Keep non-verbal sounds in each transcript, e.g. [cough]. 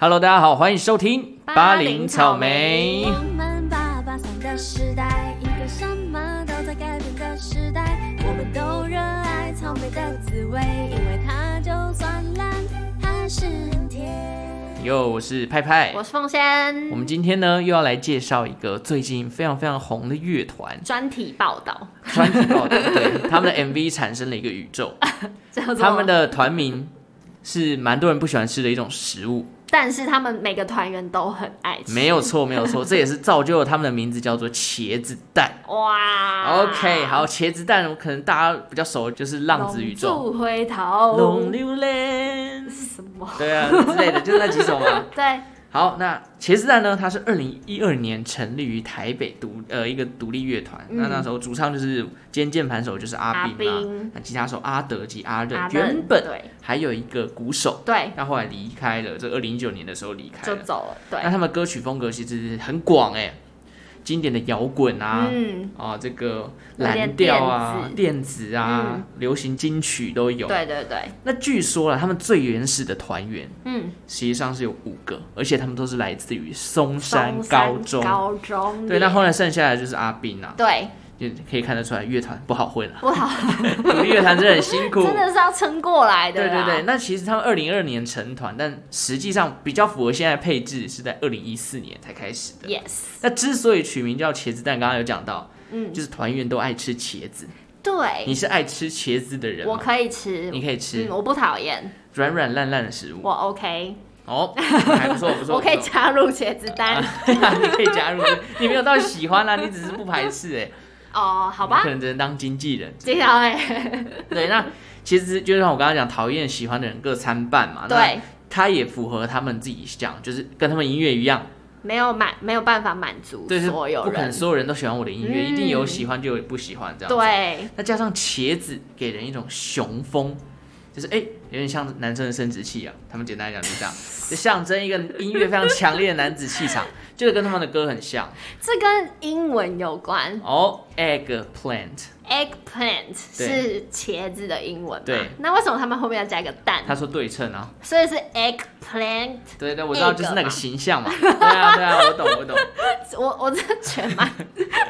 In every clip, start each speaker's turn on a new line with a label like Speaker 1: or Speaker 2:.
Speaker 1: Hello，大家好，欢迎收听
Speaker 2: 80草莓
Speaker 3: 我们八八三的时代，一个什么都在改变的时代，我们都热爱草莓的滋味，因为它就算烂，还是很甜。
Speaker 1: 哟，我是派派。
Speaker 2: 我是凤仙，
Speaker 1: 我。们今天呢又要来介绍一个最近非常非常红的乐团
Speaker 2: [laughs] 专题报道
Speaker 1: 专题报道，对他们的 MV 产生了一个宇
Speaker 2: [laughs]
Speaker 1: 宙。
Speaker 2: 叫做
Speaker 1: [laughs] 他们，的团名是蛮多人不喜欢吃的一种食物，
Speaker 2: 但是他们每个团员都很爱吃。
Speaker 1: 没有错，没有错，这也是造就了他们的名字叫做茄子蛋。
Speaker 2: 哇
Speaker 1: OK，好，茄子蛋，我可能大家比较熟就是浪子宇宙、
Speaker 2: 龙回头，
Speaker 1: 龙榴莲，
Speaker 2: 什么？
Speaker 1: 对啊之类的，就是那几啊首嘛。
Speaker 2: 对，
Speaker 1: 好，那茄子蛋呢？它是二零一二年成立于台北独呃一个独立乐团。那那时候主唱就是兼键盘手就是阿斌
Speaker 2: 嗯阿
Speaker 1: 嘛
Speaker 2: 斌，
Speaker 1: 那吉他手阿德及阿任
Speaker 2: 阿，任
Speaker 1: 原本
Speaker 2: 对
Speaker 1: 还有一个鼓手，
Speaker 2: 对，
Speaker 1: 但后来离开了，这二零一九年的时候离开
Speaker 2: 就
Speaker 1: 了。
Speaker 2: 走了。
Speaker 1: 那
Speaker 2: 对，
Speaker 1: 他们歌曲风格其实很广哎、经典的摇滚啊。
Speaker 2: 嗯，
Speaker 1: 啊，这个
Speaker 2: 有点
Speaker 1: 蓝调啊，
Speaker 2: 电子嗯
Speaker 1: 电子啊，流行金曲都有。
Speaker 2: 对对对，
Speaker 1: 那据说啊，他们最原始的团员
Speaker 2: 嗯，
Speaker 1: 实际上是有五个，而且他们都是来自于松山
Speaker 2: 中
Speaker 1: 高中。
Speaker 2: 高中
Speaker 1: 对，那后来剩下来就是阿斌啊，
Speaker 2: 对
Speaker 1: 就可以看得出来乐团不好
Speaker 2: [laughs]
Speaker 1: 混啊， [laughs]
Speaker 2: 不好，
Speaker 1: 独立乐团真的很辛苦。
Speaker 2: 真的啊是要撑过来的
Speaker 1: 对对
Speaker 2: 啦。
Speaker 1: 对，那其实他们二零二年成团，但实际上比较符合现在配置是在二零一四年才开始的。
Speaker 2: Yes，
Speaker 1: 那之所以取名叫茄子蛋，刚刚有讲到，
Speaker 2: 嗯，
Speaker 1: 就是团员都爱吃茄子。你
Speaker 2: 对，
Speaker 1: 是爱吃茄子的人
Speaker 2: 我
Speaker 1: 吗？
Speaker 2: 可以吃，
Speaker 1: 你可以吃
Speaker 2: 嗯，我不讨厌，
Speaker 1: 软软烂烂的食物
Speaker 2: 我 OK，
Speaker 1: 哦，还不错不错。
Speaker 2: [laughs] 我可以
Speaker 1: 不错
Speaker 2: 加入茄子蛋。
Speaker 1: [laughs] 你可以加入，你没有到喜欢啦、你只是不排斥哎、
Speaker 2: 哦，好
Speaker 1: 你
Speaker 2: 吧
Speaker 1: [laughs] 可，能只能当经纪人。
Speaker 2: 接下来，
Speaker 1: 对，那其实就像我刚刚讲，讨厌喜欢的人各参半嘛。
Speaker 2: 对，，
Speaker 1: 他也符合他们自己讲，就是跟他们音乐一样，
Speaker 2: 没有满，没有办法满足
Speaker 1: 对，是
Speaker 2: 所有
Speaker 1: 不可能
Speaker 2: 人。
Speaker 1: 所有人都喜欢我的音乐，
Speaker 2: 嗯
Speaker 1: 一定有喜欢就有不喜欢这样。，
Speaker 2: 对，
Speaker 1: 那加上茄子给人一种雄风。就是哎、有点像男生的生殖器啊，他们简单来讲就这样，就象征一个音乐非常强烈的男子气场，这个跟他们的歌很像
Speaker 2: 这跟英文有关。
Speaker 1: 哦、e g g p l a n t
Speaker 2: Eggplant
Speaker 1: 对
Speaker 2: 是茄子的英文嘛？
Speaker 1: 对
Speaker 2: 那为什么他们后面要加一个蛋？
Speaker 1: 他说对称啊，
Speaker 2: 所以是 eggplant。
Speaker 1: 对对，我知道，
Speaker 2: Egg
Speaker 1: 就是那个
Speaker 2: 嘛
Speaker 1: 形象嘛。对啊，对啊，我懂， [laughs] 我懂。哎、
Speaker 2: 我我真的觉得
Speaker 1: [laughs]
Speaker 2: 蛮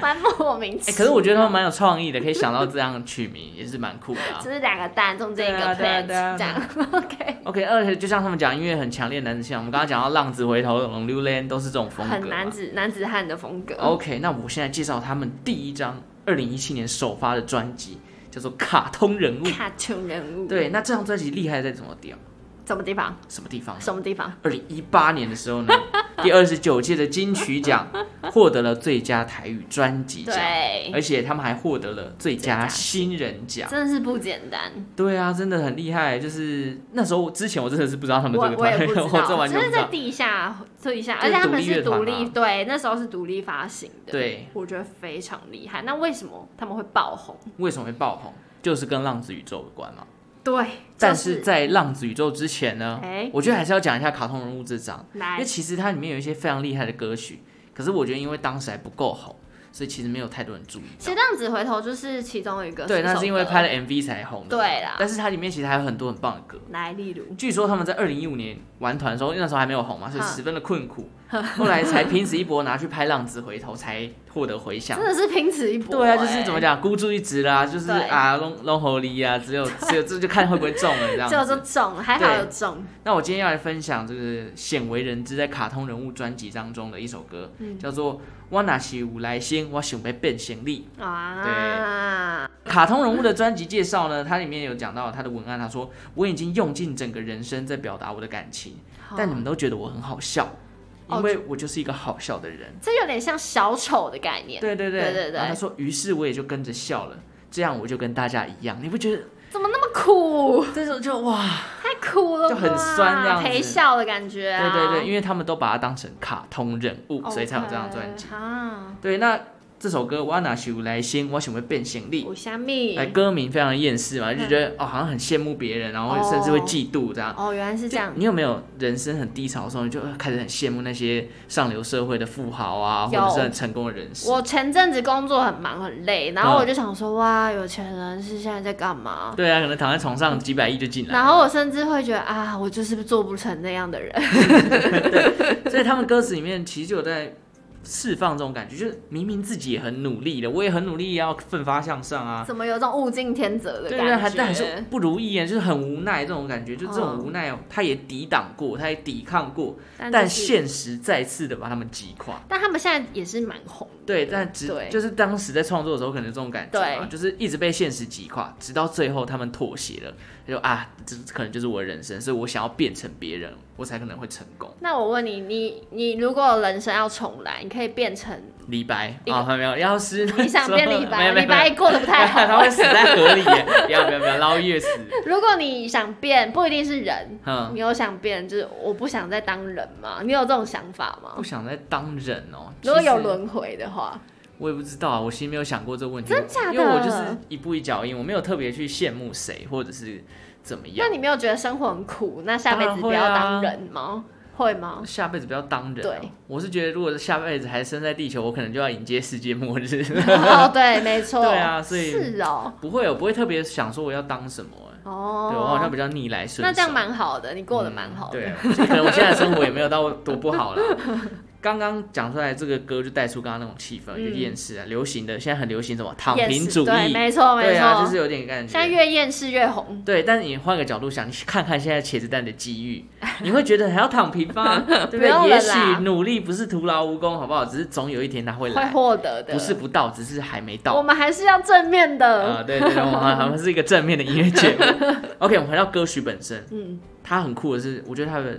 Speaker 2: 蛮莫名其妙。
Speaker 1: 可是我觉得他们蛮有创意的，可以想到这样取名，也是蛮酷的啊
Speaker 2: 就。是两个蛋中间一个
Speaker 1: 对啊
Speaker 2: plant
Speaker 1: 对啊
Speaker 2: 这
Speaker 1: 对啊
Speaker 2: 样。OK， [laughs]
Speaker 1: OK，而且就像他们讲，音乐很强烈的男子像我们刚刚讲到《浪子回头》《龙溜连》都是这种风格嘛。哦
Speaker 2: 很男子男子汉的风格。
Speaker 1: OK，那我现在介绍他们第一张二零一七年首发的专辑，叫做《卡通人物》。
Speaker 2: 卡通人物。，
Speaker 1: 对，那这张专辑厉害在什么地方？
Speaker 2: 什么地方？
Speaker 1: 什么地方呢？
Speaker 2: 什么地方？
Speaker 1: 二零一八年的时候呢，第二十九届的金曲奖获得了最佳台语专辑奖。
Speaker 2: 对，
Speaker 1: 而且他们还获得了最佳新人奖。
Speaker 2: 真的是不简单。
Speaker 1: 对啊，真的很厉害。就是那时候之前我真的是不知道他们
Speaker 2: 我
Speaker 1: 这个
Speaker 2: 我
Speaker 1: 团队，
Speaker 2: 也不知
Speaker 1: [laughs] 我这
Speaker 2: 道，
Speaker 1: 完全
Speaker 2: 就
Speaker 1: 不
Speaker 2: 是
Speaker 1: 知
Speaker 2: 在
Speaker 1: 道。
Speaker 2: 地下地下，
Speaker 1: 就是
Speaker 2: 而且他们是
Speaker 1: 独
Speaker 2: 独
Speaker 1: 立乐团
Speaker 2: 立，
Speaker 1: 嘛
Speaker 2: 对，那时候是独立发行的，
Speaker 1: 对，
Speaker 2: 我觉得非常厉害。那为什么他们会爆红？
Speaker 1: 为什么会爆红？就是跟浪子宇宙有关嘛。
Speaker 2: 对，
Speaker 1: 但
Speaker 2: 就是是
Speaker 1: 在浪子宇宙之前呢，
Speaker 2: 哎
Speaker 1: 我觉得还是要讲一下卡通人物这张，因
Speaker 2: 来
Speaker 1: 为其实它里面有一些非常厉害的歌曲，可是我觉得因为当时还不够红，所以其实没有太多人注意到
Speaker 2: 斜。浪子回头就是其中一个，
Speaker 1: 对，那是因为拍
Speaker 2: 了
Speaker 1: 了 MV 才红的。
Speaker 2: 对啦
Speaker 1: 但是它里面其实还有很多很棒的歌。
Speaker 2: 来，例如
Speaker 1: 据说他们在二零一五年玩团的时候，因为那时候还没有红嘛，所以
Speaker 2: 哈
Speaker 1: 十分的困
Speaker 2: [laughs]
Speaker 1: 苦，后来才拼死一搏拿去拍《浪子回头》，才获得回响
Speaker 2: 真。的是拼死一搏、
Speaker 1: 对啊，就
Speaker 2: 哎
Speaker 1: 是怎么，讲，孤注一掷啦，就是
Speaker 2: 对
Speaker 1: 啊，龙龙猴狸啊，只
Speaker 2: [laughs]
Speaker 1: 有只有这就看会不会中了这样
Speaker 2: 结果
Speaker 1: 子。
Speaker 2: 就中，还好有中，
Speaker 1: 那我今天要来分享这个鲜为人知在卡通人物专辑当中的一首歌，
Speaker 2: 嗯
Speaker 1: 叫做《我哪是有来先，我想被变先力》。
Speaker 2: 啊，
Speaker 1: 卡通人物的专辑介绍呢，它里面有讲到他的文案，他说我已经用尽整个人生在表达我的感情，但你们都觉得我很好笑，
Speaker 2: 嗯哦
Speaker 1: 因为我就是一个好笑的人。
Speaker 2: 这有点像小丑的概念，
Speaker 1: 对对对
Speaker 2: 对对对
Speaker 1: 然后他说，于是我也就跟着笑了，这样我就跟大家一样，你不觉得
Speaker 2: 怎么那么苦？
Speaker 1: 这种就哇？
Speaker 2: 太苦了吧，
Speaker 1: 就很酸这样子
Speaker 2: 陪笑的感觉、啊，
Speaker 1: 对对对，因为他们都把它当成卡通人物，所以才有这张专辑。
Speaker 2: 啊。
Speaker 1: 对，那这首歌《我哪想来先》，我想会变行李。
Speaker 2: 我虾米
Speaker 1: 哎，？歌名非常厌世
Speaker 2: 嗯
Speaker 1: 嘛，就觉得、哦，好像很羡慕别人，然后甚至会嫉妒这样。
Speaker 2: 哦，原来是这样
Speaker 1: 就。你有没有人生很低潮的时候，你就呃开始很羡慕那些上流社会的富豪啊，或
Speaker 2: 有
Speaker 1: 者是很成功的人士？
Speaker 2: 我前阵子工作很忙很累，
Speaker 1: 嗯
Speaker 2: 然后我就想说，哇，有钱人是现在在干嘛？
Speaker 1: 对啊，可能躺在床上几百亿就进来
Speaker 2: 然
Speaker 1: 了。
Speaker 2: 后我甚至会觉得啊，我就是做不成那样的人。
Speaker 1: 所以他们歌词里面其实就有在释放这种感觉，就是明明自己也很努力的，我也很努力要奋发向上啊，
Speaker 2: 怎么有种物竞天择的
Speaker 1: 对
Speaker 2: 感
Speaker 1: 不
Speaker 2: 觉？
Speaker 1: 对？还但还是不如意啊，就是很无奈这种感觉，就这种
Speaker 2: 嗯
Speaker 1: 无奈哦，他也抵挡过，他也抵抗过，
Speaker 2: 但
Speaker 1: 但
Speaker 2: 就是
Speaker 1: 现实再次的把他们击垮。
Speaker 2: 但他们现在也是蛮红的。
Speaker 1: 对，但只
Speaker 2: 对
Speaker 1: 就是当时在创作的时候，可能这种感觉嘛，
Speaker 2: 对
Speaker 1: 就是一直被现实击垮，直到最后他们妥协了，就啊，这可能就是我的人生，所以我想要变成别人，我才可能会成功。
Speaker 2: 那我问你，你你如果人生要重来，你可以变成
Speaker 1: 李白
Speaker 2: 一个
Speaker 1: 啊，没有，要是
Speaker 2: [laughs]
Speaker 1: [laughs]
Speaker 2: 你想变李
Speaker 1: 没
Speaker 2: 白，
Speaker 1: 有没有
Speaker 2: 李白也过得不太
Speaker 1: [laughs] 他
Speaker 2: 好
Speaker 1: 会。死在河里
Speaker 2: [laughs]
Speaker 1: 耶，不要不要不要捞月死，
Speaker 2: 如果你想变，不一定是人，
Speaker 1: 嗯，
Speaker 2: 你有想变，就是我不想再当人吗？你有这种想法吗
Speaker 1: 不？想再当人哦。
Speaker 2: 如果
Speaker 1: 其实
Speaker 2: 有轮回的话，
Speaker 1: 我也不知道啊，我其实没有想过这个问题，
Speaker 2: 真假的
Speaker 1: 因为我就是一步一脚印，我没有特别去羡慕谁或者是怎么样
Speaker 2: 那。你没有觉得生活很苦？那下辈子
Speaker 1: 当
Speaker 2: 不
Speaker 1: 然会
Speaker 2: 要
Speaker 1: 啊
Speaker 2: 当人吗？
Speaker 1: [laughs]
Speaker 2: 会吗？
Speaker 1: 下辈子不要当人、啊。
Speaker 2: 对，
Speaker 1: 我是觉得如果是下辈子还生在地球，我可能就要迎接世界末
Speaker 2: [laughs]
Speaker 1: 日。
Speaker 2: 哦，对，没错。
Speaker 1: 对啊所以
Speaker 2: 是哦，
Speaker 1: 不会，我不会特别想说我要当什么、欸。对我好像
Speaker 2: 哦，
Speaker 1: 比较逆来顺受。
Speaker 2: 那这样蛮好的，你过得蛮好的。
Speaker 1: 嗯对，可能我现在的生活也没有到多不好了。 [laughs] 刚刚讲出来这个歌，就带出刚刚那种气氛，
Speaker 2: 嗯
Speaker 1: 就厌世啊，流行的现在很流行什么躺
Speaker 2: 厌世
Speaker 1: 平主义，
Speaker 2: 对，没错，没
Speaker 1: 对啊，就是
Speaker 2: 错。
Speaker 1: 有点感
Speaker 2: 现在
Speaker 1: 觉。
Speaker 2: 越厌世越红。
Speaker 1: 对，但你换个角度想，你看看现在茄子蛋的机遇， [laughs] 你会觉得还要躺平
Speaker 2: [laughs]
Speaker 1: 吗？对不
Speaker 2: 不用
Speaker 1: 对？
Speaker 2: 了
Speaker 1: 也
Speaker 2: 啦
Speaker 1: 许努力不是徒劳无功，好不好？只是总有一天它会
Speaker 2: 会
Speaker 1: 来。
Speaker 2: 获得的，
Speaker 1: 不是不到，只是还没
Speaker 2: 我
Speaker 1: 到。
Speaker 2: 们还是要正面的。
Speaker 1: 啊、对对对，我们我们是一个正面的音乐节
Speaker 2: [laughs]
Speaker 1: 目。OK，我们回到歌曲本身，
Speaker 2: 嗯，
Speaker 1: 它很酷的是，我觉得它的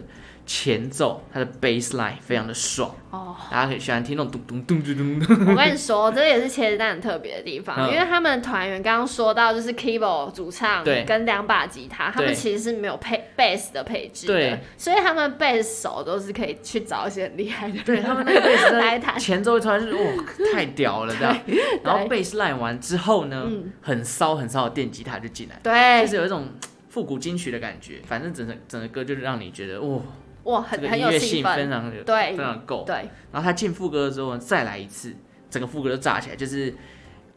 Speaker 1: 前奏，它的 bass line 非常的爽，
Speaker 2: 哦，
Speaker 1: 大家可以喜欢听那种咚咚咚咚
Speaker 2: [laughs]
Speaker 1: 咚咚。 [laughs]
Speaker 2: 我跟你说，这也是茄子蛋很特别的地方，
Speaker 1: 嗯
Speaker 2: 因为他们团员刚刚说到，就是 keyboard 主唱
Speaker 1: 对
Speaker 2: 跟两把吉他，他们
Speaker 1: 对
Speaker 2: 其实是没有配 bass 的配置的
Speaker 1: 对，
Speaker 2: 所以他们 bass 手都是可以去找一些很厉害的人， [laughs]
Speaker 1: 对他们那个 bass
Speaker 2: 来
Speaker 1: line
Speaker 2: 弹
Speaker 1: 前奏一出来就是哇，太屌了这
Speaker 2: [laughs]
Speaker 1: 样。然后 bass line 完之后呢，
Speaker 2: 嗯
Speaker 1: 很骚很骚的电吉他就进来，就
Speaker 2: 对，
Speaker 1: 是有一种复古金曲的感觉。反正整个整个歌就是让你觉得哇，
Speaker 2: 哇，
Speaker 1: 这
Speaker 2: 很
Speaker 1: 个
Speaker 2: 很
Speaker 1: 音
Speaker 2: 有
Speaker 1: 乐
Speaker 2: 气
Speaker 1: 性非
Speaker 2: 氛，
Speaker 1: 常的
Speaker 2: 对
Speaker 1: 非常够。
Speaker 2: 对，
Speaker 1: 然后他进副歌的时候再来一次，整个副歌都炸起来，就是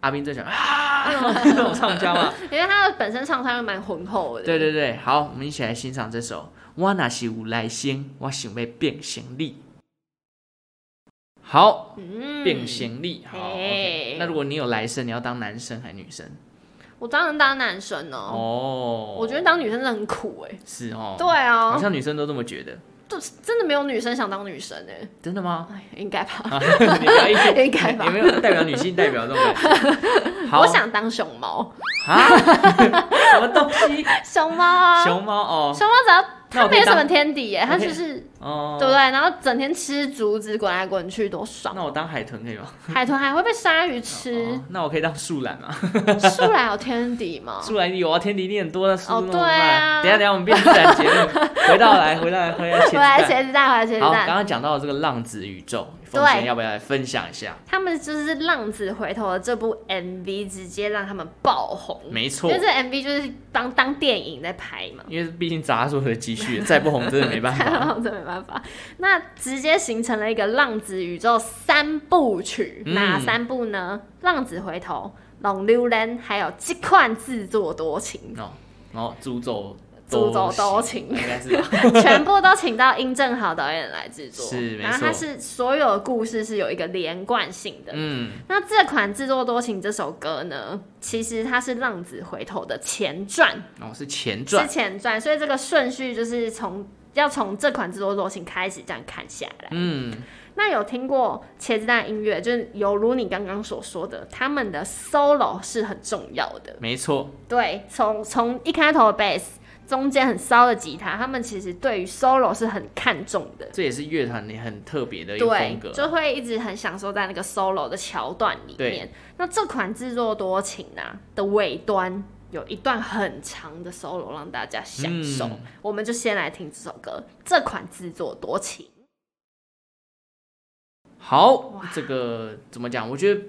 Speaker 1: 阿斌最想
Speaker 2: [laughs]
Speaker 1: 啊这种唱腔嘛。
Speaker 2: 因为他本身唱腔又蛮浑厚的，
Speaker 1: 对对对，好，我们一起来欣赏这首《我若是有来生》，我想要变行李。好，
Speaker 2: 嗯
Speaker 1: 变。行李。好、o
Speaker 2: 嘿
Speaker 1: k 那如果你有来生，你要当男生还是女生？
Speaker 2: 我当然当男生哦，
Speaker 1: 哦，
Speaker 2: 我觉得当女生真的很苦哎。
Speaker 1: 是哦，
Speaker 2: 对
Speaker 1: 好
Speaker 2: 啊，
Speaker 1: 像女生都这么觉得，
Speaker 2: 就是真的没有女生想当女生哎。
Speaker 1: 真的
Speaker 2: [laughs]
Speaker 1: 吗？
Speaker 2: 哎，应该吧。
Speaker 1: 啊你不要一直
Speaker 2: 应该吧
Speaker 1: 有没有代表女性代表这种感觉？
Speaker 2: [laughs]
Speaker 1: 好，
Speaker 2: 我想当熊猫，
Speaker 1: 啊， [laughs] 什么东西？
Speaker 2: 熊猫啊，
Speaker 1: 熊猫哦，
Speaker 2: 熊猫只要
Speaker 1: 那
Speaker 2: 它
Speaker 1: 我可
Speaker 2: 没
Speaker 1: 以
Speaker 2: 有什
Speaker 1: 当
Speaker 2: 么天敌耶，它
Speaker 1: 可以
Speaker 2: 就是
Speaker 1: 哦，
Speaker 2: 对不对？然后整天吃竹子滚来滚去，多爽！
Speaker 1: [laughs] 那我当海豚可以吗？
Speaker 2: 海豚还会被鲨鱼吃
Speaker 1: 哦，那我可以当树懒吗？ [laughs]
Speaker 2: [laughs] 树懒有天敌吗？
Speaker 1: 树懒有啊，天敌一定很多的树
Speaker 2: 哦
Speaker 1: 那么
Speaker 2: 对
Speaker 1: 慢
Speaker 2: 啊
Speaker 1: 等一下等一下，我们变自然结
Speaker 2: [laughs]
Speaker 1: 论，回到来，回到来，回到
Speaker 2: 回来
Speaker 1: 前。
Speaker 2: 茄子蛋，回来
Speaker 1: 好，
Speaker 2: 茄子
Speaker 1: 刚
Speaker 2: 蛋，
Speaker 1: 刚讲到这个浪子宇宙，风
Speaker 2: 对
Speaker 1: 神要不要来分享一下？
Speaker 2: 他们就是《浪子回头》的这部 MV 直接让他们爆红，
Speaker 1: 没错
Speaker 2: 因为，这 MV 嗯就是当当电影在拍
Speaker 1: [laughs]
Speaker 2: 嘛。
Speaker 1: 因为毕竟砸所有的积蓄，再不红真的没办
Speaker 2: [laughs] 然
Speaker 1: 法。
Speaker 2: 后这没办法，那直接形成了一个浪子宇宙三部曲，
Speaker 1: 嗯
Speaker 2: 哪三部呢？浪子回头、龙溜人，还有这款自作多情，
Speaker 1: 哦，然后诅咒
Speaker 2: 诅咒
Speaker 1: 都
Speaker 2: 都
Speaker 1: 行
Speaker 2: 行
Speaker 1: 应该是吧
Speaker 2: [laughs] 全部都请到殷正豪导演来制作。
Speaker 1: 是没
Speaker 2: 然后它
Speaker 1: 错
Speaker 2: 是所有的故事是有一个连贯性的。
Speaker 1: 嗯，
Speaker 2: 那这款《自作多情》这首歌呢，其实它是《浪子回头》的前传，
Speaker 1: 然后是前
Speaker 2: 是
Speaker 1: 传，
Speaker 2: 前传，所以这个顺序就是从要从这款《自作多情》开始这样看下来。
Speaker 1: 嗯，
Speaker 2: 那有听过茄子蛋音乐，就是有如你刚刚所说的，他们的 solo 是很重要的。
Speaker 1: 没错，
Speaker 2: 对，从从一开头的 bass，中间很骚的吉他，他们其实对于 solo 是很看重的。
Speaker 1: 这也是乐团里很特别的一个
Speaker 2: 对
Speaker 1: 风格，。
Speaker 2: 就会一直很享受在那个 solo 的桥段里面
Speaker 1: 对。
Speaker 2: 那这款自作多情啊的尾端有一段很长的 solo 让大家享受，
Speaker 1: 嗯
Speaker 2: 我们就先来听这首歌。这款自作多情，
Speaker 1: 好，这个怎么讲？我觉得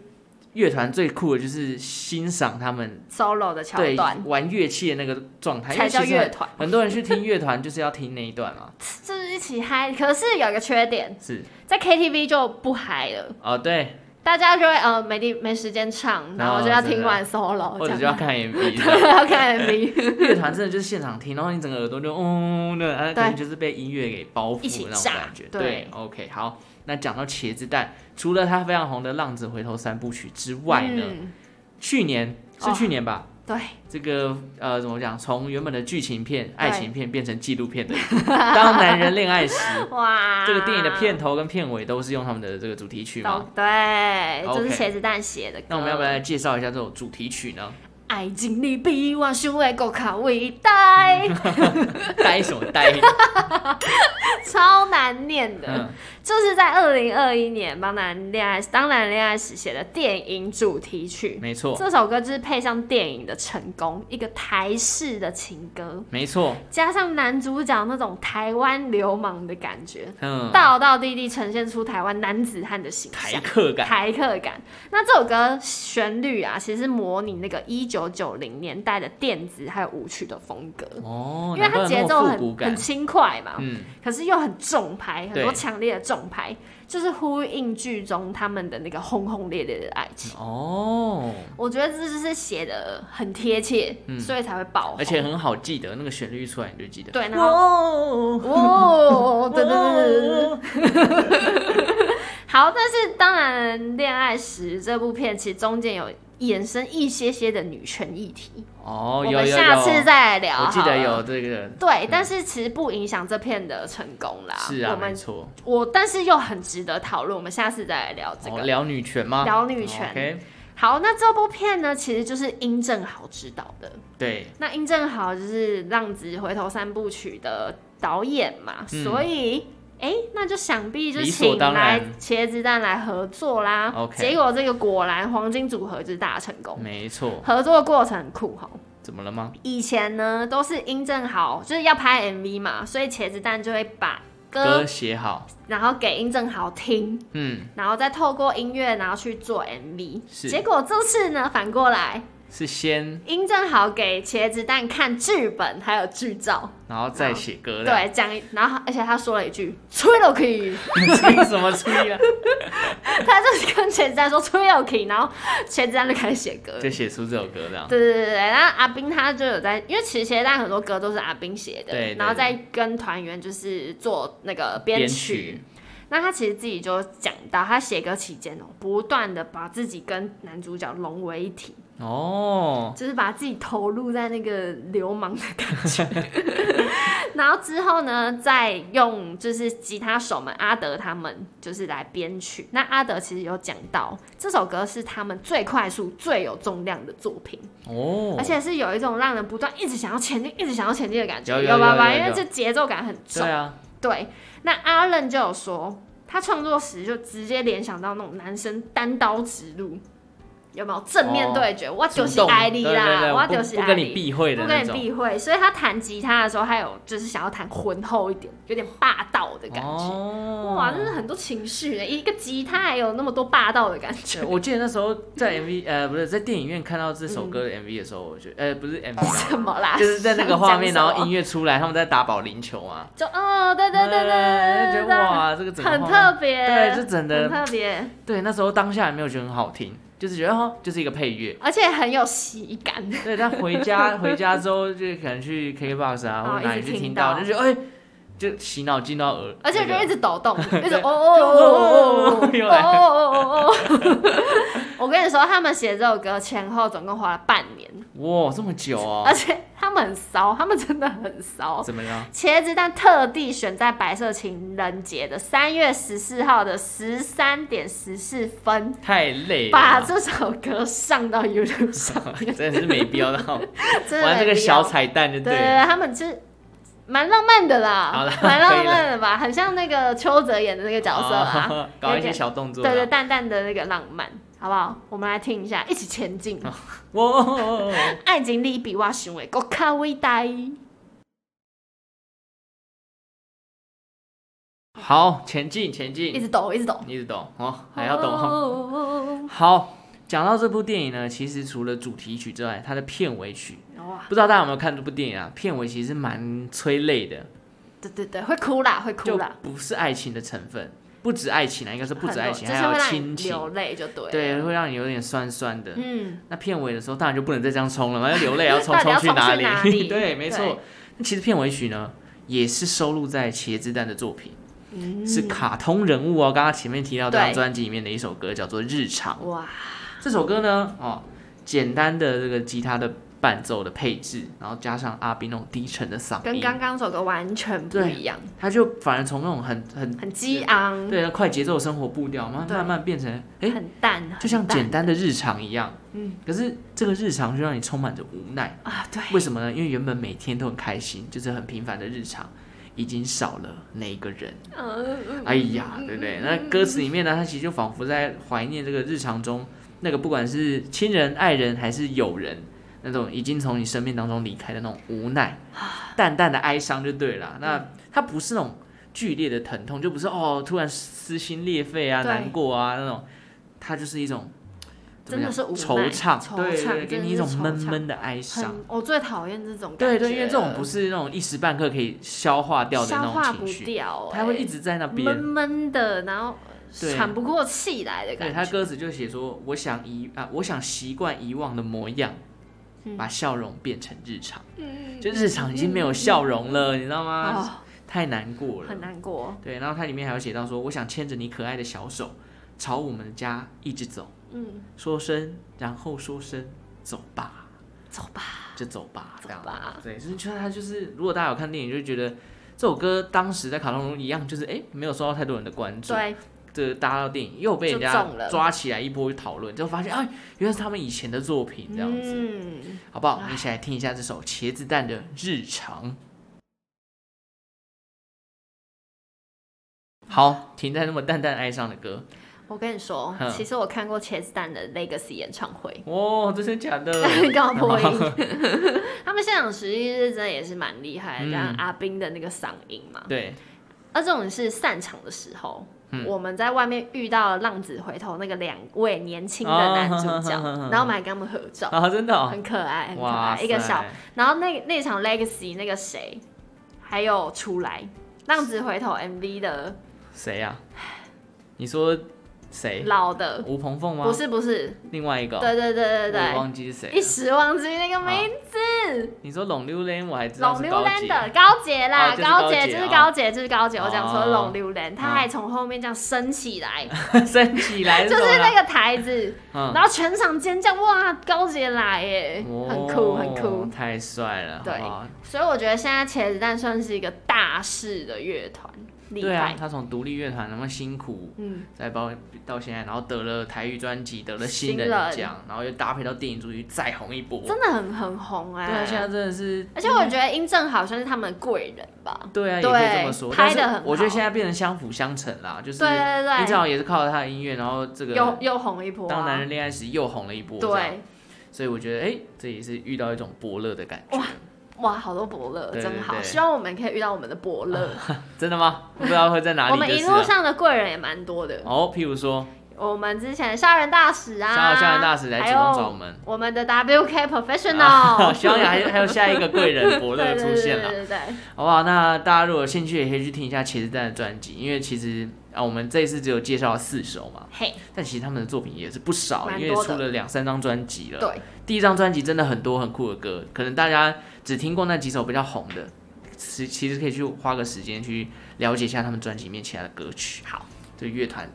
Speaker 1: 乐团最酷的就是欣赏他们
Speaker 2: solo 的桥
Speaker 1: 对
Speaker 2: 段，
Speaker 1: 玩乐器的那个状态，因
Speaker 2: 才
Speaker 1: 为
Speaker 2: 叫
Speaker 1: 其实
Speaker 2: 乐
Speaker 1: 很
Speaker 2: 团
Speaker 1: 很多人去听乐团就是要听那一段
Speaker 2: [laughs]
Speaker 1: 嘛，
Speaker 2: 就是一起嗨。可是有一个缺点，
Speaker 1: 是
Speaker 2: 在 KTV 就不嗨了，
Speaker 1: 哦对，
Speaker 2: 大家就会呃没地没时间唱，然后就要听完 solo，
Speaker 1: 啊或者
Speaker 2: 这
Speaker 1: 就要
Speaker 2: 样
Speaker 1: 看 MV 这样。
Speaker 2: 对要 [laughs] 看
Speaker 1: [laughs]
Speaker 2: MV，
Speaker 1: 乐团真的就是现场听，然后你整个耳朵就嗡的，啊，可能就是被音乐给包
Speaker 2: 一
Speaker 1: 覆
Speaker 2: 起
Speaker 1: 那种
Speaker 2: 炸
Speaker 1: 感觉。
Speaker 2: 对
Speaker 1: o k 好。那讲到茄子蛋，除了它非常红的《浪子回头》三部曲之外呢，
Speaker 2: 嗯，
Speaker 1: 去年是
Speaker 2: 哦
Speaker 1: 去年吧？
Speaker 2: 对，
Speaker 1: 这个呃，怎么讲？从原本的剧情片、爱
Speaker 2: 对
Speaker 1: 情片变成纪录片的《 [laughs] 当男人恋爱
Speaker 2: [laughs]
Speaker 1: 时》，
Speaker 2: 哇，
Speaker 1: 这个电影的片头跟片尾都是用他们的这个主题曲
Speaker 2: 都
Speaker 1: 嘛。
Speaker 2: 对，
Speaker 1: OK
Speaker 2: 这是茄子蛋写的歌。
Speaker 1: 那我们要不要来介绍一下这首主题曲呢？
Speaker 2: 爱情里啊比我想的更卡伟大，
Speaker 1: 嗯呆什么呆？
Speaker 2: [laughs] 超难念的。
Speaker 1: 嗯，
Speaker 2: 就是在二零二一年《当然恋爱》《当然恋爱时》写的电影主题曲。
Speaker 1: 没
Speaker 2: [laughs]
Speaker 1: 错，
Speaker 2: 这首歌就是配上电影的成功，一个台式的情歌，
Speaker 1: 没错，
Speaker 2: 加上男主角那种台湾流氓的感觉，
Speaker 1: 嗯，
Speaker 2: 道道地地呈现出台湾男子汉的形
Speaker 1: 台
Speaker 2: 象。
Speaker 1: 客感，
Speaker 2: 台客感。那这首歌旋律啊，其实模拟那个一九九零年代的电子还有舞曲的风格，
Speaker 1: 哦，
Speaker 2: 因为它节
Speaker 1: 难怪那
Speaker 2: 奏
Speaker 1: 么复古
Speaker 2: 很
Speaker 1: 感
Speaker 2: 很，轻快嘛，
Speaker 1: 嗯，
Speaker 2: 可是又很重拍，很多
Speaker 1: 对
Speaker 2: 强烈的重拍，就是呼应剧中他们的那个轰轰烈烈的爱情。
Speaker 1: 哦，
Speaker 2: 我觉得这就是写的很贴切，
Speaker 1: 嗯
Speaker 2: 所以才会爆红
Speaker 1: 而且很好记得，那个旋律一出来你就记得。
Speaker 2: 对，然后
Speaker 1: 后，
Speaker 2: 哦，对对对对对对。好，但是当然，《恋爱时》这部片其实中间有衍生一些些的女权议题，
Speaker 1: 哦，
Speaker 2: 我
Speaker 1: 有有
Speaker 2: 们
Speaker 1: 有，
Speaker 2: 下次再来聊好
Speaker 1: 我
Speaker 2: 了。
Speaker 1: 记得有这个，
Speaker 2: 对，但是其实不影响这片的成功啦。
Speaker 1: 是啊，
Speaker 2: 我
Speaker 1: 没
Speaker 2: 们
Speaker 1: 错，
Speaker 2: 我但是又很值得讨论，我们下次再来聊这
Speaker 1: 哦，
Speaker 2: 个。
Speaker 1: 聊女权吗？哦
Speaker 2: 聊女权
Speaker 1: OK，
Speaker 2: 好，那这部片呢，其实就是殷正豪执导的。
Speaker 1: 对，
Speaker 2: 那殷正豪就是《浪子回头》三部曲的导演嘛，
Speaker 1: 嗯
Speaker 2: 所以哎、诶那就想必就
Speaker 1: 理所
Speaker 2: 请
Speaker 1: 当
Speaker 2: 来
Speaker 1: 然
Speaker 2: 茄子蛋来合作啦。
Speaker 1: OK
Speaker 2: 结果这个果然黄金组合就是大成功。
Speaker 1: 没错，
Speaker 2: 合作过程很酷吼，
Speaker 1: 怎么了吗？
Speaker 2: 以前呢都是殷正豪就是要拍 MV 嘛，所以茄子蛋就会把歌
Speaker 1: 歌写好，
Speaker 2: 然后给殷正豪听，
Speaker 1: 嗯，
Speaker 2: 然后再透过音乐然后去做 MV。
Speaker 1: 是
Speaker 2: 结果这次呢反过来，
Speaker 1: 是先，
Speaker 2: 殷正豪给茄子蛋看剧本还有剧照。
Speaker 1: 然后再写歌的，
Speaker 2: 对，讲，然后而且他说了一句“吹了可 [laughs] 以
Speaker 1: [laughs] 吹什么吹啊？”，
Speaker 2: 他就是跟茄子蛋说“吹了可以”，然后茄子蛋就开始写歌。
Speaker 1: 就
Speaker 2: 对
Speaker 1: 写出这首歌这样，
Speaker 2: 对对对，然后阿斌他就有在，因为其实茄子蛋很多歌都是阿斌写的，
Speaker 1: 对对对
Speaker 2: 然后再跟团员就是做那个编曲。，那他其实自己就讲到，他写歌期间哦，不断的把自己跟男主角融为一体，
Speaker 1: 哦，
Speaker 2: 就是把自己投入在那个流氓的感觉， [laughs] 然后之后呢，再用就是吉他手们阿德他们就是来编曲。那阿德其实有讲到，这首歌是他们最快速、最有重量的作品，
Speaker 1: 哦，
Speaker 2: 而且是有一种让人不断一直想要前进、一直想要前进的感觉，
Speaker 1: 有有
Speaker 2: 吧
Speaker 1: 有
Speaker 2: 吧？
Speaker 1: 有
Speaker 2: 因为
Speaker 1: 有
Speaker 2: 这节奏感很重
Speaker 1: 对。啊，
Speaker 2: 对，那阿任就有说，他创作时就直接联想到那种男生单刀直入，有没有正面对决？我
Speaker 1: 主
Speaker 2: 就是
Speaker 1: 动
Speaker 2: 爱你
Speaker 1: 对对对
Speaker 2: 啦，我
Speaker 1: 不
Speaker 2: 就是
Speaker 1: 不
Speaker 2: 爱
Speaker 1: 跟你
Speaker 2: 你。
Speaker 1: 避讳的
Speaker 2: 不
Speaker 1: 那
Speaker 2: 跟你
Speaker 1: 种，
Speaker 2: 避讳，所以他弹吉他的时候，还有就是想要弹浑厚一点，有点霸道的感觉。
Speaker 1: 哦
Speaker 2: 哇，真是很多情绪耶，一个吉他还有那么多霸道的感觉
Speaker 1: 对。我记得那时候在 MV 呃不是在电影院看到这首歌
Speaker 2: 嗯
Speaker 1: 的 MV 的时候，我觉得呃不是 MV，
Speaker 2: 什么啦？
Speaker 1: [laughs] 就是在那个画面，然后音
Speaker 2: 乐
Speaker 1: 乐出来，他们在打保龄球嘛，
Speaker 2: 就哦，对对对
Speaker 1: 呃
Speaker 2: 对
Speaker 1: 就觉
Speaker 2: 对对，
Speaker 1: 得哇这个整个
Speaker 2: 很
Speaker 1: 画面
Speaker 2: 特别，
Speaker 1: 对就整
Speaker 2: 很
Speaker 1: 的
Speaker 2: 特别，
Speaker 1: 对那时候当下也没有觉得很好听，就是觉得哦就是一个配乐。
Speaker 2: 而且很有喜感。
Speaker 1: 对，但回家回家之后，就可能去 KKBOX 啊，
Speaker 2: 哦
Speaker 1: 或者哪里
Speaker 2: 一
Speaker 1: 去
Speaker 2: 直听
Speaker 1: 听
Speaker 2: 到
Speaker 1: 到，就觉得哎，就洗脑进到耳，
Speaker 2: 而且就
Speaker 1: 那个
Speaker 2: 一直
Speaker 1: [laughs]
Speaker 2: 抖动，一直哦哦哦哦哦哦哦哦！我跟你说，他们写这首歌前后总共花了半年，
Speaker 1: 哇这么久哦
Speaker 2: 而，且他们很骚，他们真的很骚。
Speaker 1: 怎么样？
Speaker 2: 茄子蛋特地选在白色情人节的三月十四号的十三点十四分，
Speaker 1: 太累了
Speaker 2: 把
Speaker 1: 吧，
Speaker 2: 这首歌上到 YouTube 上，
Speaker 1: 哎 [laughs] 真的是没必要到
Speaker 2: [laughs] 真的
Speaker 1: 玩这个
Speaker 2: 没必
Speaker 1: 小
Speaker 2: 要
Speaker 1: 彩蛋就
Speaker 2: 对啊
Speaker 1: 对了。
Speaker 2: 他们就是蛮浪漫的
Speaker 1: 好
Speaker 2: 啦
Speaker 1: 啦，
Speaker 2: [laughs] 蛮
Speaker 1: 可
Speaker 2: 浪
Speaker 1: 以了
Speaker 2: 漫的吧，很像那个邱泽演的那个角色啦
Speaker 1: 哦，
Speaker 2: 有
Speaker 1: 搞一些
Speaker 2: 点
Speaker 1: 小动作啦。
Speaker 2: 啊对对，淡淡的那个浪漫，好不好？我们来听一下，一起前进。
Speaker 1: 哦哇，
Speaker 2: 爱情里比我想的更较伟大。
Speaker 1: 好，前进前
Speaker 2: 一
Speaker 1: 进，
Speaker 2: 直抖，一直抖，
Speaker 1: 一直抖哦，还要抖哦。
Speaker 2: 哦。
Speaker 1: 好，讲到这部电影呢，其实除了主题曲之外，它的片尾曲，
Speaker 2: 哇，
Speaker 1: 不知道大家有没有看这部电影啊？片尾其实蛮催泪的，
Speaker 2: 对对对，会哭啦，会哭
Speaker 1: 就
Speaker 2: 啦，
Speaker 1: 不是爱情的成分，不止爱情啊，应该是不止爱情，
Speaker 2: 很
Speaker 1: 还
Speaker 2: 多
Speaker 1: 有
Speaker 2: 就是会让
Speaker 1: 亲
Speaker 2: 你
Speaker 1: 情
Speaker 2: 流，泪就对，，
Speaker 1: 对，会让你有点酸酸的。
Speaker 2: 嗯，
Speaker 1: 那片尾的时候，当然就不能再这样冲了嘛，要
Speaker 2: [laughs]
Speaker 1: 流泪，要冲
Speaker 2: 到底
Speaker 1: 冲
Speaker 2: 要
Speaker 1: 去
Speaker 2: 冲去
Speaker 1: 哪 [laughs]
Speaker 2: 哪
Speaker 1: 里？
Speaker 2: 里
Speaker 1: 对，没
Speaker 2: 对
Speaker 1: 错。那其实片尾曲呢，也是收录在茄子蛋的作品，
Speaker 2: 嗯
Speaker 1: 是卡通人物哦。刚刚前面提到这张
Speaker 2: 对
Speaker 1: 专辑里面的一首歌叫做《日常》，
Speaker 2: 哇，
Speaker 1: 这首歌呢，哦，简单的这个吉他的伴奏的配置，然后加上阿斌那种低沉的嗓
Speaker 2: 跟
Speaker 1: 音，
Speaker 2: 刚刚首歌完全不一样，
Speaker 1: 他就反而从那种很很
Speaker 2: 很激昂，
Speaker 1: 对那快节奏的生活步调，慢
Speaker 2: 对
Speaker 1: 慢慢变成哎，
Speaker 2: 很淡，
Speaker 1: 就像
Speaker 2: 很淡
Speaker 1: 简单的日常一样。
Speaker 2: 嗯，
Speaker 1: 可是这个日常就让你充满着无奈。
Speaker 2: 啊，对，
Speaker 1: 为什么呢？因为原本每天都很开心，就是很平凡的日常，已经少了那一个人。
Speaker 2: 嗯，
Speaker 1: 哎呀，对不对？那歌词里面呢，他其实就仿佛在怀念这个日常中那个不管是亲人、爱人还是友人，那种已经从你生命当中离开的那种无奈，
Speaker 2: 啊
Speaker 1: 淡淡的哀伤就对
Speaker 2: 嗯
Speaker 1: 了。那它不是那种剧烈的疼痛，就不是哦突然撕心裂肺啊、
Speaker 2: 对
Speaker 1: 难过啊那种，它就是一种。怎么
Speaker 2: 真的是
Speaker 1: 讲
Speaker 2: 无
Speaker 1: 惆
Speaker 2: 奈
Speaker 1: 怅，
Speaker 2: 惆
Speaker 1: 对
Speaker 2: 怅
Speaker 1: 对，给
Speaker 2: 真的
Speaker 1: 你一种
Speaker 2: 是惆
Speaker 1: 闷
Speaker 2: 怅
Speaker 1: 闷的哀伤。
Speaker 2: 很，我最讨厌这种感
Speaker 1: 对
Speaker 2: 觉，
Speaker 1: 对，因为这种不是那种一时半刻可以消化掉的那
Speaker 2: 消化
Speaker 1: 种情
Speaker 2: 不
Speaker 1: 绪，
Speaker 2: 掉、欸，
Speaker 1: 它会一直在那
Speaker 2: 闷
Speaker 1: 边。
Speaker 2: 闷的，然后
Speaker 1: 对
Speaker 2: 喘不过气来的
Speaker 1: 对
Speaker 2: 感
Speaker 1: 他
Speaker 2: 觉。
Speaker 1: 歌词就写说：“我想遗啊，我想习惯遗忘的模样，
Speaker 2: 嗯
Speaker 1: 把笑容变成日常。
Speaker 2: 嗯
Speaker 1: 就日常已经没有笑容了，你知道吗？
Speaker 2: 哦，
Speaker 1: 太难过了
Speaker 2: 很。难过。
Speaker 1: 对，然后它里面还有写到说：我想牵着你可爱的小手，朝我们的家一直走，
Speaker 2: 嗯，
Speaker 1: 说声，然后说声走吧，
Speaker 2: 走吧，
Speaker 1: 就走吧，
Speaker 2: 走
Speaker 1: 这样。
Speaker 2: 吧。
Speaker 1: 对，所以就是他就是，如果大家有看电影，就会觉得这首歌当时在卡通中一样，就是哎、诶没有受到太多人的关注，
Speaker 2: 对，
Speaker 1: 这搭到电影又被人
Speaker 2: 就
Speaker 1: 家
Speaker 2: 中了
Speaker 1: 抓起来一波讨论，就发现哎，原来是他们以前的作品这样子，
Speaker 2: 嗯，
Speaker 1: 好不好？我们一起来听一下这首茄子蛋的日常。好，停在那么淡淡哀伤的歌
Speaker 2: 我跟你说
Speaker 1: 哼，
Speaker 2: 其实我看过茄子蛋的 Legacy 演唱会，
Speaker 1: 哦，真的假
Speaker 2: [laughs]
Speaker 1: 的？ [laughs]
Speaker 2: 告破音。 [laughs] 他们现场实力是真的也是蛮厉害的，像
Speaker 1: 嗯
Speaker 2: 阿斌的那个嗓音嘛。
Speaker 1: 对，
Speaker 2: 而这种是散场的时候，
Speaker 1: 嗯
Speaker 2: 我们在外面遇到了浪子回头那个两位年轻的男主角，
Speaker 1: 哦哼哼哼哼
Speaker 2: 然后我们还跟他们合照，
Speaker 1: 啊，真的、哦，
Speaker 2: 很可爱，很可
Speaker 1: 哇
Speaker 2: 爱，
Speaker 1: 塞，
Speaker 2: 一个小。然后那那场 Legacy 那个谁，还有出来浪子回头 MV 的
Speaker 1: 谁呀、你说谁？
Speaker 2: 老的，
Speaker 1: 吴鹏凤吗？
Speaker 2: 不，是不是，
Speaker 1: 另外一个哦、
Speaker 2: 对对对对
Speaker 1: 我也
Speaker 2: 对。
Speaker 1: 忘记是谁
Speaker 2: 一
Speaker 1: 了。
Speaker 2: 时忘记那个名字，
Speaker 1: 你说龙溜连，我还知道
Speaker 2: 龙
Speaker 1: 是
Speaker 2: 溜
Speaker 1: 高
Speaker 2: 兰
Speaker 1: 姐。
Speaker 2: 的高杰
Speaker 1: 哦
Speaker 2: 啦，
Speaker 1: 就是高
Speaker 2: 杰
Speaker 1: 姐
Speaker 2: 就是
Speaker 1: 哦
Speaker 2: 高杰就是高杰，我讲
Speaker 1: 哦
Speaker 2: 说龙溜兰，他
Speaker 1: 嗯
Speaker 2: 还从后面这样升起来，
Speaker 1: [laughs] 升起来
Speaker 2: 就是
Speaker 1: 什么
Speaker 2: 那
Speaker 1: 啦
Speaker 2: 个台子，
Speaker 1: 嗯，
Speaker 2: 然后全场尖叫，哇，高姐来耶，很酷很酷
Speaker 1: 哦。太帅了，
Speaker 2: 对
Speaker 1: 好不好
Speaker 2: 所以我觉得现在茄子蛋算是一个大势的乐团，厉
Speaker 1: 对啊
Speaker 2: 害，。
Speaker 1: 他从独立乐团那么辛苦，
Speaker 2: 嗯，
Speaker 1: 再包到现在，然后得了台语专辑，得了新
Speaker 2: 新
Speaker 1: 人
Speaker 2: 人
Speaker 1: 奖，然后又搭配到电影主题再红一波。
Speaker 2: 真的很很红哎、
Speaker 1: 对啊，现在真的是，
Speaker 2: 而且我觉得殷正好像是他们的贵人吧。
Speaker 1: 对啊，也
Speaker 2: 对
Speaker 1: 可以这么说。
Speaker 2: 拍得
Speaker 1: 但是
Speaker 2: 很好
Speaker 1: 我觉得现在变成相辅相成啦，就是
Speaker 2: 对对对
Speaker 1: 你正好也是靠着他的音乐，然后这个
Speaker 2: 又又红一波、啊，
Speaker 1: 当男人恋爱时又红了一波，这样
Speaker 2: 对，
Speaker 1: 所以我觉得，哎、这也是遇到一种伯乐的感
Speaker 2: [laughs]
Speaker 1: 觉。
Speaker 2: 哇，好多伯乐，
Speaker 1: 对对
Speaker 2: 真好，
Speaker 1: 对啊
Speaker 2: 希望我们可以遇到我们的伯乐。
Speaker 1: 真的吗？不知道会在哪
Speaker 2: 我
Speaker 1: 里
Speaker 2: 们
Speaker 1: 就
Speaker 2: 一
Speaker 1: 是啊
Speaker 2: 路
Speaker 1: 了。
Speaker 2: 上的贵人也蛮多的，
Speaker 1: 哦，譬如说，
Speaker 2: 我们之前的校园大使啊，
Speaker 1: 沙尔校园哦大使来
Speaker 2: 还
Speaker 1: 主
Speaker 2: 有
Speaker 1: 动找我们。
Speaker 2: 我们的 WK
Speaker 1: [laughs] 啊 [laughs]
Speaker 2: Professional，
Speaker 1: 希望有还有还
Speaker 2: [laughs]
Speaker 1: 有下一个贵人伯
Speaker 2: 对
Speaker 1: 乐
Speaker 2: 对
Speaker 1: 出
Speaker 2: 哦 [laughs] 对
Speaker 1: 现
Speaker 2: 对
Speaker 1: 了，
Speaker 2: 对对，
Speaker 1: 好不好？那大家如果有兴趣，也可以去听一下茄子蛋的专辑，因为其实啊，我们这一次只有介绍了四首嘛，
Speaker 2: 嘿，
Speaker 1: 但其实他们的作品也是不少，
Speaker 2: 蛮
Speaker 1: 因
Speaker 2: 多
Speaker 1: 为
Speaker 2: 的
Speaker 1: 出了两三张专辑了。
Speaker 2: 对，
Speaker 1: 第一张专辑真的很多很酷的歌，可能大家只听过那几首比较红的，其其实可以去花个时间去了解一下他们专辑里面其他的歌曲。
Speaker 2: 好，
Speaker 1: 对乐团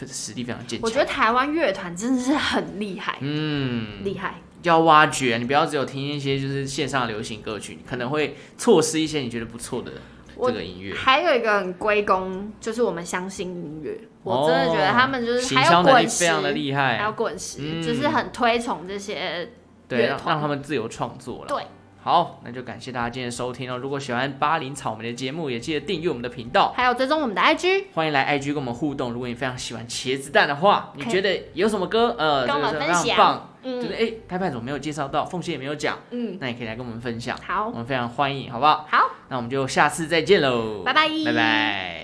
Speaker 1: 呃实力非常坚强。
Speaker 2: 我觉得台湾乐团真的是很厉害，
Speaker 1: 嗯，
Speaker 2: 厉害，
Speaker 1: 要挖掘，你不要只有听一些就是线上流行歌曲，你可能会错失一些你觉得不错的
Speaker 2: 我
Speaker 1: 这个音乐。
Speaker 2: 还有一个很归功，就是我们相信音乐，我真的觉得他们就
Speaker 1: 哦
Speaker 2: 是
Speaker 1: 行
Speaker 2: 还
Speaker 1: 销
Speaker 2: 有
Speaker 1: 能力
Speaker 2: 滚
Speaker 1: 非
Speaker 2: 石，
Speaker 1: 常的厉
Speaker 2: 还有
Speaker 1: 害，
Speaker 2: 滚石，
Speaker 1: 嗯
Speaker 2: 就是很推崇这些。
Speaker 1: 对，
Speaker 2: 乐
Speaker 1: 让
Speaker 2: 团
Speaker 1: 让他们自由创作了。
Speaker 2: 对，
Speaker 1: 好，那就感谢大家今天的收听哦。如果喜欢巴林草莓的节目，也记得订阅我们的频道。
Speaker 2: 还有追踪我们的 IG，
Speaker 1: 欢迎来 IG 跟我们互动。如果你非常喜欢茄子蛋的话，你
Speaker 2: 可以
Speaker 1: 觉得有什么歌呃，
Speaker 2: 跟我们
Speaker 1: 就是
Speaker 2: 分
Speaker 1: 非常
Speaker 2: 享
Speaker 1: 棒，就是
Speaker 2: 嗯
Speaker 1: 哎，拍拍总没有介绍到，凤仙也没有讲，
Speaker 2: 嗯，
Speaker 1: 那也可以来跟我们分享，
Speaker 2: 好
Speaker 1: 我们非常欢迎，好不好？
Speaker 2: 好，
Speaker 1: 那我们就下次再见喽，
Speaker 2: 拜拜
Speaker 1: 拜拜。